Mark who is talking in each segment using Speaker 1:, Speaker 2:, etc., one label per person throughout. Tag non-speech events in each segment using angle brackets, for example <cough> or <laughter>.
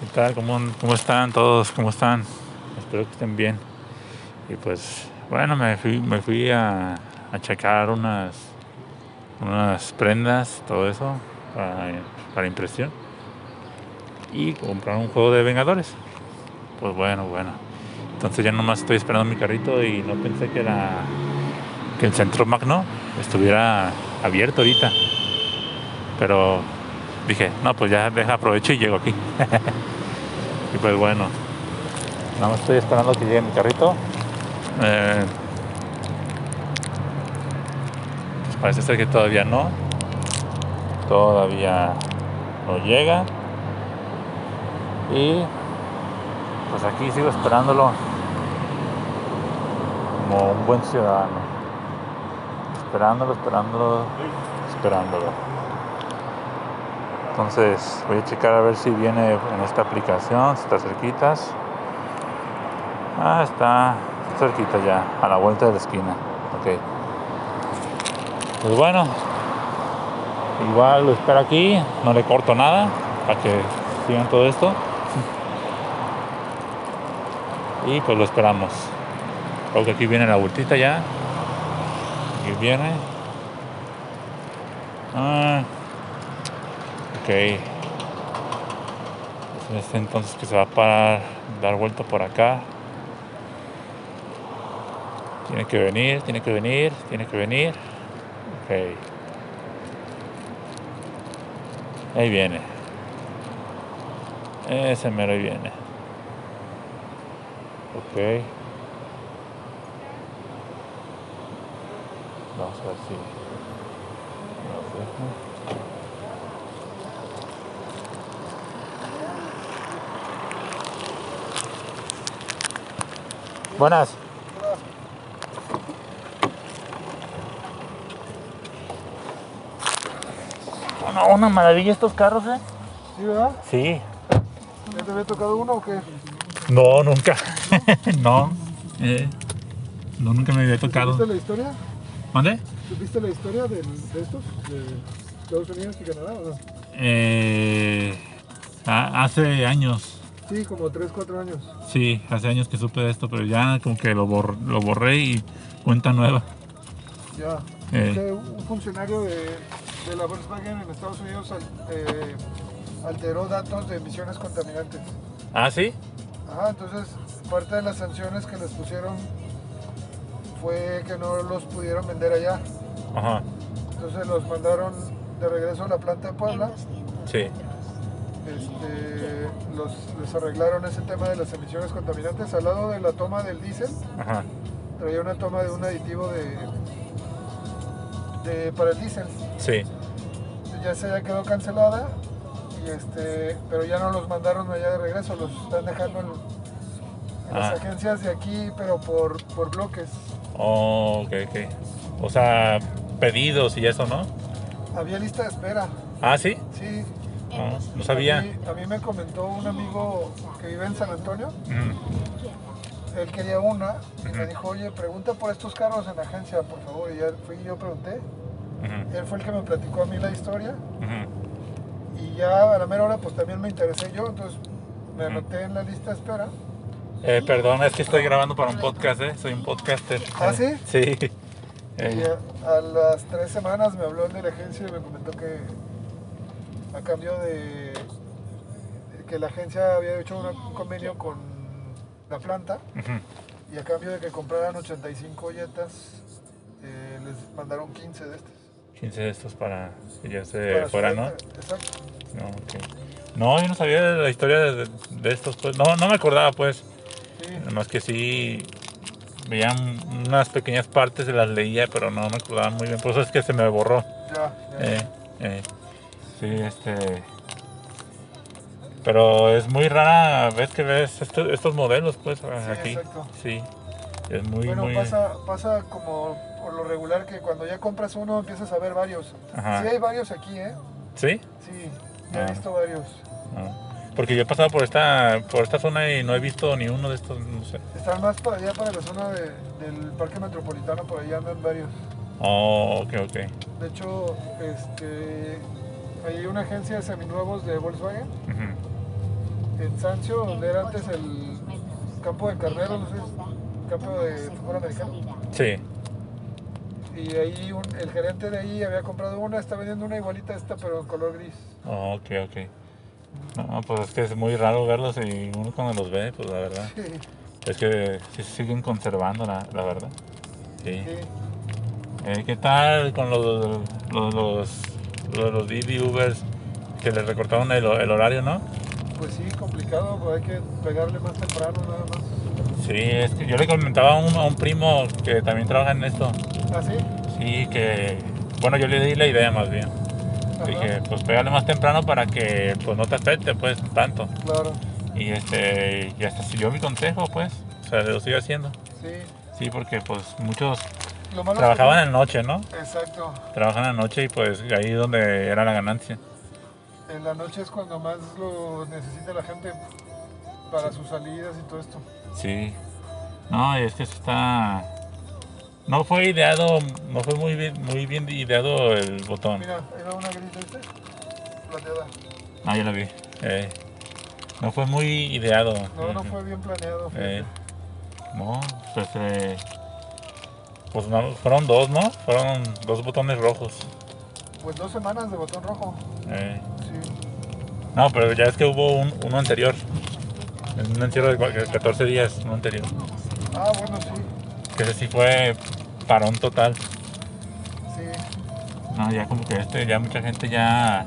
Speaker 1: ¿Qué tal? ¿Cómo, ¿Cómo están todos? ¿Cómo están? Espero que estén bien. Y pues, bueno, me fui, me fui a, a checar unas, unas prendas, todo eso, para, para impresión. Y comprar un juego de Vengadores. Pues bueno, bueno. Entonces ya nomás estoy esperando mi carrito y no pensé que, la, que el centro Magno estuviera abierto ahorita. Pero dije, no, pues ya deja aprovecho y llego aquí. y pues bueno, nada más estoy esperando que llegue mi carrito. Eh, pues parece ser que todavía no. Todavía no llega. Y pues aquí sigo esperándolo como un buen ciudadano. Esperándolo, esperándolo, esperándolo. Entonces voy a checar a ver si viene en esta aplicación, si está cerquitas. Ah, está cerquita ya, a la vuelta de la esquina. Ok. Pues bueno, igual lo espero aquí, no le corto nada para que sigan todo esto. Y pues lo esperamos. Creo que aquí viene la vueltita ya. Aquí viene. Ah. Ok. En este entonces que se va a parar, dar vuelta por acá. Tiene que venir, tiene que venir, tiene que venir. Ok. Ahí viene. Ese mero ahí viene. Ok. Vamos a ver si. nos deja. Buenas. Una, una maravilla estos carros, ¿eh?
Speaker 2: ¿Sí, verdad?
Speaker 1: Sí.
Speaker 2: ¿Ya te había tocado uno o qué?
Speaker 1: No, nunca. <laughs> no. Eh, no, nunca me había tocado.
Speaker 2: ¿Supiste la historia?
Speaker 1: ¿Mande?
Speaker 2: ¿Supiste la historia del- de estos? De Estados Unidos y Canadá, ¿o no?
Speaker 1: Eh, a- hace años.
Speaker 2: Sí, como 3, 4 años.
Speaker 1: Sí, hace años que supe de esto, pero ya como que lo, bor- lo borré y cuenta nueva.
Speaker 2: Ya.
Speaker 1: Eh.
Speaker 2: Que un funcionario de, de la Volkswagen en Estados Unidos al- eh, alteró datos de emisiones contaminantes.
Speaker 1: ¿Ah, sí?
Speaker 2: Ajá, entonces parte de las sanciones que les pusieron fue que no los pudieron vender allá.
Speaker 1: Ajá.
Speaker 2: Entonces los mandaron de regreso a la planta de Puebla.
Speaker 1: Sí.
Speaker 2: este, los, les arreglaron ese tema de las emisiones contaminantes. Al lado de la toma del diésel,
Speaker 1: Ajá.
Speaker 2: traía una toma de un aditivo de, de para el diésel.
Speaker 1: Sí.
Speaker 2: Ya se ya quedó cancelada, y este, pero ya no los mandaron allá de regreso, los están dejando en, en
Speaker 1: Ah.
Speaker 2: las agencias de aquí, pero por, por bloques.
Speaker 1: Oh, ok, ok. O sea, pedidos y eso, ¿no?
Speaker 2: Había lista de espera,
Speaker 1: Ah, sí.
Speaker 2: sí.
Speaker 1: No, no
Speaker 2: A
Speaker 1: sabía.
Speaker 2: mí, a mí me comentó un amigo que vive en San Antonio,
Speaker 1: Mm,
Speaker 2: él quería una y me
Speaker 1: Ujú.
Speaker 2: dijo, oye, pregunta por estos carros en la agencia, por favor. Y ya fui y yo pregunté.
Speaker 1: ujú,
Speaker 2: Él fue el que me platicó a mí la historia
Speaker 1: ujú.
Speaker 2: y ya a la mera hora pues también me interesé yo, entonces me
Speaker 1: Ujú.
Speaker 2: anoté en la lista de espera.
Speaker 1: Eh, perdón, es que estoy grabando para un podcast, ¿eh? Soy un podcaster.
Speaker 2: ¿Ah, sí?
Speaker 1: Sí.
Speaker 2: Y
Speaker 1: Eh,
Speaker 2: a, a las tres semanas me habló el de la agencia y me comentó que a cambio de que la agencia había hecho un convenio con la planta
Speaker 1: ujú.
Speaker 2: y a cambio de que compraran 85 yetas eh, les mandaron 15 de estas.
Speaker 1: 15 de estos para que ya se
Speaker 2: Para
Speaker 1: fuera,
Speaker 2: su
Speaker 1: ¿no?
Speaker 2: venta, Exacto.
Speaker 1: No, ok. No, yo no sabía de la historia de, de estos, pues. No, no me acordaba, pues.
Speaker 2: Sí.
Speaker 1: Nada más que sí veía un- unas pequeñas partes, las leía, pero no me acordaba muy bien. Por eso es que se me borró.
Speaker 2: Ya, ya.
Speaker 1: Eh, eh, sí, este. Pero es muy rara vez que ves este- estos modelos, pues, aquí.
Speaker 2: exacto.
Speaker 1: Sí, es muy,
Speaker 2: bueno,
Speaker 1: muy.
Speaker 2: pasa, pasa como por lo regular que cuando ya compras uno empiezas a ver varios.
Speaker 1: Ajá.
Speaker 2: Sí hay varios aquí, ¿eh?
Speaker 1: ¿Sí?
Speaker 2: Sí, ya
Speaker 1: Ah.
Speaker 2: he visto varios.
Speaker 1: Ah, Porque yo he pasado por esta, por esta zona y no he visto ni uno de estos, no sé.
Speaker 2: Están más para allá, para la zona de- del Parque Metropolitano, por ahí andan varios.
Speaker 1: Oh, ok, ok.
Speaker 2: De hecho, este, ahí hay una agencia de seminuevos de Volkswagen
Speaker 1: Ujú.
Speaker 2: en Sancho, donde era antes el campo de carreros, no sé, campo de fútbol americano.
Speaker 1: Sí.
Speaker 2: Y ahí un- el gerente de ahí había comprado una, está vendiendo una igualita a esta, pero en color gris.
Speaker 1: Oh, ok, ok. No, pues es que es muy raro verlos y uno cuando los ve, pues la verdad.
Speaker 2: Sí,
Speaker 1: Es que sí se siguen conservando, la, la verdad. Sí.
Speaker 2: sí.
Speaker 1: Eh, ¿Qué tal con los, los, los, los, los Didi Ubers que les recortaron el, el horario, no?
Speaker 2: Pues sí, complicado, pues hay que pegarle más temprano nada más.
Speaker 1: Sí, es que yo le comentaba a un, a un primo que también trabaja en esto.
Speaker 2: ¿Ah, sí?
Speaker 1: Sí, que. Bueno, yo le di la idea más bien.
Speaker 2: Ajá,
Speaker 1: Dije, pues pégale más temprano para que pues, no te afecte pues tanto.
Speaker 2: Claro,
Speaker 1: Y este, y hasta siguió mi consejo pues, o sea, lo sigo haciendo.
Speaker 2: sí.
Speaker 1: Sí, porque pues muchos
Speaker 2: Lo malo es que-
Speaker 1: trabajaban en la noche, ¿no?
Speaker 2: Exacto.
Speaker 1: Trabajan en la noche y pues ahí es donde era la ganancia.
Speaker 2: En la noche es cuando más lo necesita la gente para sus salidas y todo esto.
Speaker 1: Sí. No, y es que eso está... No fue ideado, no fue muy bien, muy bien ideado el botón.
Speaker 2: Mira, ahí va una gris este, plateada.
Speaker 1: Ah, ya lo vi. Eh, no fue muy ideado.
Speaker 2: No, no fue bien planeado. fíjate.
Speaker 1: Eh, no, pues... eh, pues no, fueron dos, ¿no? Fueron dos botones rojos.
Speaker 2: Pues dos semanas de botón rojo.
Speaker 1: Eh,
Speaker 2: Sí.
Speaker 1: No, pero ya es que hubo un, uno anterior. Un anterior de cua- 14 días, uno anterior.
Speaker 2: Ah, bueno, sí.
Speaker 1: Que ese sí fue parón total.
Speaker 2: Sí.
Speaker 1: No, ya como que este, ya mucha gente ya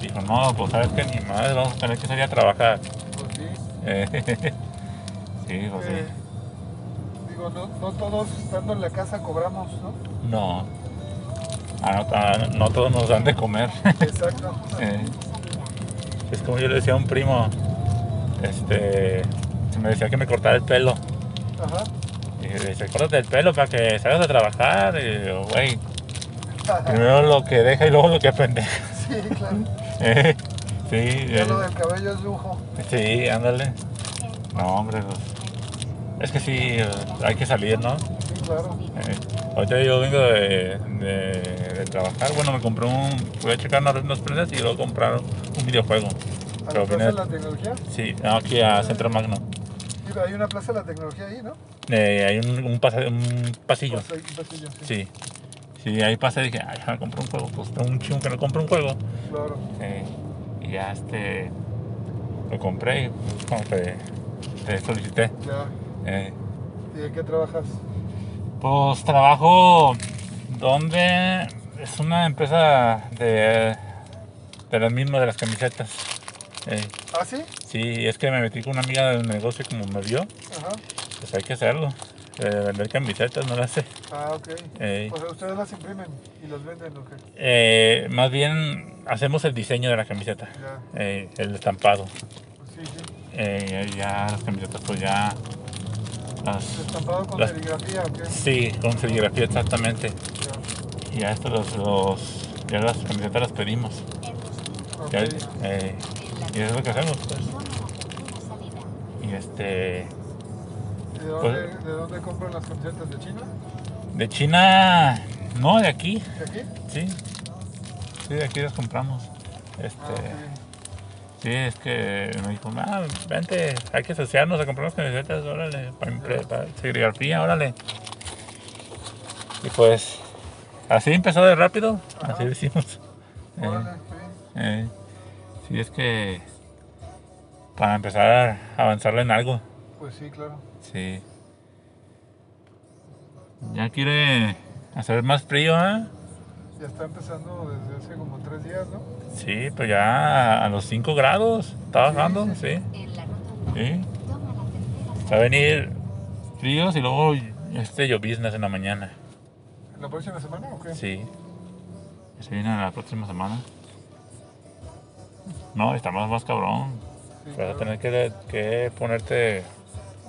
Speaker 1: dijo, no, pues sabes que ni madre, vamos a tener que salir a trabajar. <laughs>
Speaker 2: Pues sí.
Speaker 1: Eh, sí, pues
Speaker 2: Eh,
Speaker 1: sí.
Speaker 2: digo, no, no todos estando en la casa cobramos,
Speaker 1: <laughs>
Speaker 2: ¿no?
Speaker 1: No. Ah, no, ah, no todos nos dan de comer. <laughs>
Speaker 2: Exacto.
Speaker 1: Eh, es como yo le decía a un primo, este, se me decía que me cortara el pelo.
Speaker 2: Ajá.
Speaker 1: Y le dice, córtate el pelo para que salgas a trabajar. Y yo, güey, primero lo que deja y luego lo que aprende.
Speaker 2: <laughs> Sí, claro.
Speaker 1: <laughs> Eh, sí,
Speaker 2: Ya
Speaker 1: eh,
Speaker 2: lo del cabello es lujo.
Speaker 1: sí, ándale. No, hombre, pues, es que sí, eh, hay que salir, ¿no?
Speaker 2: Sí, claro.
Speaker 1: Eh, ahorita yo vengo de, de- de trabajar. Bueno, me compré un. Fui a checar unas, unas prendas y luego comprar un videojuego.
Speaker 2: ¿A
Speaker 1: Pero
Speaker 2: la
Speaker 1: viene-
Speaker 2: plaza de la tecnología?
Speaker 1: Sí, aquí a Centro Magno.
Speaker 2: Digo, hay una plaza de la tecnología ahí, ¿no?
Speaker 1: Eh, hay un, un pasa- un pasillo.
Speaker 2: Pues hay un pasillo, sí.
Speaker 1: Sí. Sí, ahí pasé y dije, ay, me compré un juego. Pues tengo un chingo que no compré un juego.
Speaker 2: Claro.
Speaker 1: Eh, y ya este lo compré y pues, como te, te solicité.
Speaker 2: Ya.
Speaker 1: Eh,
Speaker 2: ¿Y de qué trabajas?
Speaker 1: pues trabajo donde es una empresa de, de las mismas de las camisetas. Eh,
Speaker 2: ¿Ah, sí?
Speaker 1: sí, es que me metí con una amiga del negocio y como me vio,
Speaker 2: Ajá.
Speaker 1: pues hay que hacerlo. Eh, vender camisetas, no la sé.
Speaker 2: Ah, ok.
Speaker 1: Eh,
Speaker 2: Pues ustedes las imprimen y las venden, ¿o qué?
Speaker 1: eh, más bien hacemos el diseño de la camiseta,
Speaker 2: Ya.
Speaker 1: eh, el estampado.
Speaker 2: Pues sí, sí.
Speaker 1: Eh, ya las camisetas pues ya las,
Speaker 2: Estampado con
Speaker 1: Las-
Speaker 2: serigrafía, ¿o qué?
Speaker 1: Sí, con serigrafía exactamente.
Speaker 2: Ya.
Speaker 1: Y ya esto los, los- ya las camisetas las pedimos.
Speaker 2: Ok.
Speaker 1: Ya, eh, y eso es lo que hacemos pues. Y este
Speaker 2: ¿Y
Speaker 1: Pues
Speaker 2: ¿De, dónde, ¿De dónde compran las camisetas? ¿De China?
Speaker 1: de China no de aquí,
Speaker 2: ¿De aquí?
Speaker 1: sí. Sí, de aquí las compramos.
Speaker 2: Ah,
Speaker 1: Este,
Speaker 2: ok.
Speaker 1: sí, es que me dijo, ah, vente, hay que asociarnos a comprar las camisetas, órale, para, impre- para serigrafía, órale. Y pues así empezó de rápido, así lo hicimos. <laughs> Eh,
Speaker 2: Órale, sí.
Speaker 1: Eh, sí, es que para empezar a avanzarle en algo.
Speaker 2: Pues sí, claro.
Speaker 1: Sí. Ya quiere hacer más frío, ¿ah?
Speaker 2: Ya está empezando desde hace como tres días, ¿no?
Speaker 1: Sí, pues ya a los 5 grados está bajando, sí. Sí. Va a venir fríos y luego este lloviznas en la mañana.
Speaker 2: ¿La próxima semana o qué?
Speaker 1: Sí. Se viene la próxima semana. No, está más, más cabrón.
Speaker 2: Sí,
Speaker 1: Vas a
Speaker 2: claro.
Speaker 1: tener que, que ponerte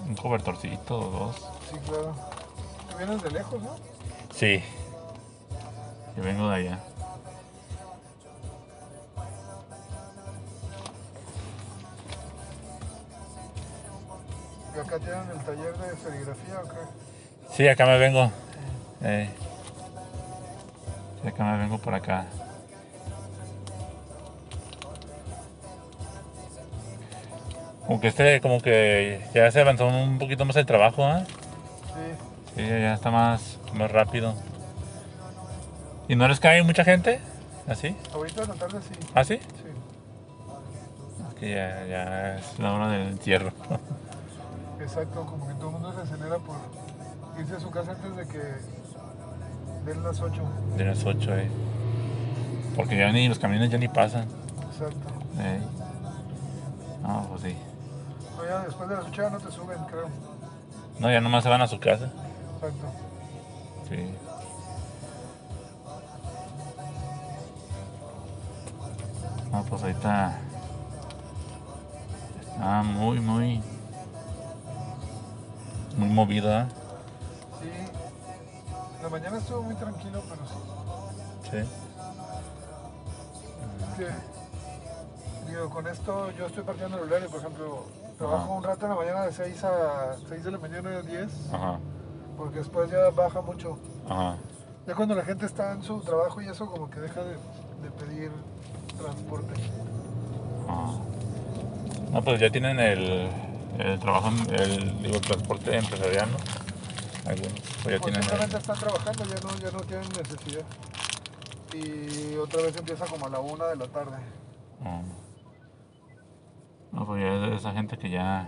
Speaker 1: un cobertorcito o dos.
Speaker 2: Sí, claro. Tú vienes de lejos, ¿no?
Speaker 1: Sí. Yo vengo de allá.
Speaker 2: Y acá tienen el taller de serigrafía, ¿o qué?
Speaker 1: Sí, acá me vengo. Eh. Sí, acá me vengo por acá. Como que este, como que ya se avanzó un poquito más el trabajo, ¿ah?
Speaker 2: Sí.
Speaker 1: Sí, ya ya está más, más rápido. ¿Y no les cae mucha gente? ¿Así?
Speaker 2: Ahorita en la tarde sí.
Speaker 1: ¿Así?
Speaker 2: Sí.
Speaker 1: que ya, ya es la hora del entierro. <laughs>
Speaker 2: Exacto, como que todo el mundo se acelera por irse a su casa antes de que den las 8.
Speaker 1: De las 8, eh. Porque ya ni los camiones ya ni pasan.
Speaker 2: Exacto.
Speaker 1: Eh. No, pues sí.
Speaker 2: No, ya después de las 8 ya no te suben, creo.
Speaker 1: No, ya nomás se van a su casa.
Speaker 2: Exacto.
Speaker 1: Sí. No, pues ahorita. Está muy, muy. Muy movida.
Speaker 2: Sí. La mañana estuvo muy tranquilo, pero sí.
Speaker 1: Sí.
Speaker 2: Es que, digo, con esto yo estoy partiendo el horario, por ejemplo, trabajo
Speaker 1: Ajá.
Speaker 2: un rato en la mañana de 6 a 6 de la mañana a 10,
Speaker 1: Ajá,
Speaker 2: porque después ya baja mucho.
Speaker 1: ajá.
Speaker 2: Ya cuando la gente está en su trabajo y eso como que deja de, de pedir transporte.
Speaker 1: Ah. No, pues ya tienen el, el trabajo, el, digo, el transporte empresarial, ¿no? Algunos. Pues ya
Speaker 2: Porque
Speaker 1: tienen el-
Speaker 2: solamente están trabajando, ya no, ya no tienen necesidad. Y otra vez empieza como a la 1 de la tarde.
Speaker 1: ah. No, pues ya es de esa gente que ya,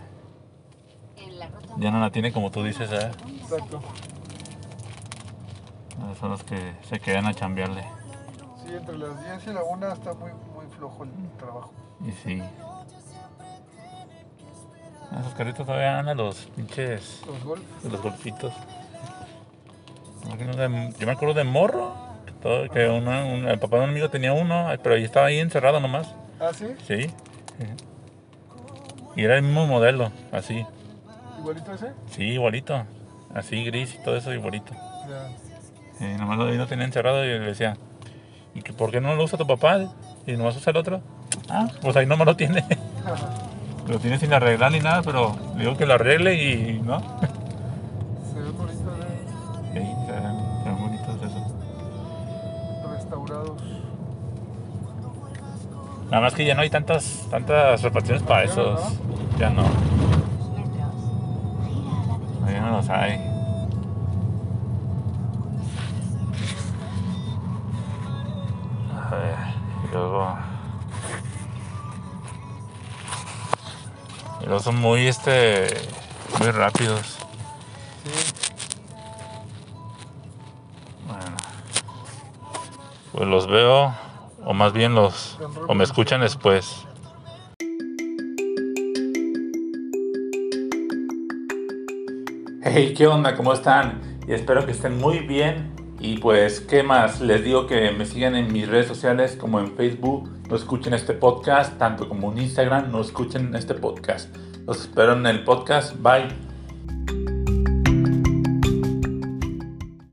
Speaker 1: ya no la tiene como tú dices, ¿eh?
Speaker 2: Exacto.
Speaker 1: Son los que se quedan a chambearle.
Speaker 2: Sí, entre las 10 y la 1 está muy, muy flojo el trabajo.
Speaker 1: Y sí. Ah, Esos carritos todavía andan los pinches,
Speaker 2: Los golf.
Speaker 1: los golfitos. Yo me acuerdo de- Yo me acuerdo de morro, que, todo- que una- un- el papá de un amigo tenía uno, pero ahí estaba ahí encerrado nomás.
Speaker 2: Ah, sí,
Speaker 1: Sí. Y era el mismo modelo, así.
Speaker 2: igualito ese.
Speaker 1: Sí, igualito. Así, gris y todo eso, igualito.
Speaker 2: Ya. <laughs>
Speaker 1: Y nomás Eh, lo, ahí lo tenía encerrado y le decía, ¿y que por qué no lo usa tu papá? Y nomás usa el otro. Ah, pues ahí nomás lo tiene. <laughs> Lo tiene sin arreglar ni nada, pero le digo que lo arregle y no. <laughs>
Speaker 2: Se ve bonito, eh,
Speaker 1: Sí, se ven, se ven bonitos esos.
Speaker 2: restaurados.
Speaker 1: Nada más que ya no hay tantas, tantas reparaciones para esos. Ya no, ya no los hay. A ver, y luego. Y luego son muy, este, muy rápidos.
Speaker 2: Sí,
Speaker 1: Bueno. Pues los veo, o más bien los, o me escuchan después. Hey, ¿qué onda? ¿Cómo están? Y espero que estén muy bien. Y pues, ¿qué más? Les digo que me sigan en mis redes sociales como en Facebook, no escuchen este podcast, tanto como en Instagram, no escuchen este podcast. Los espero en el podcast. Bye.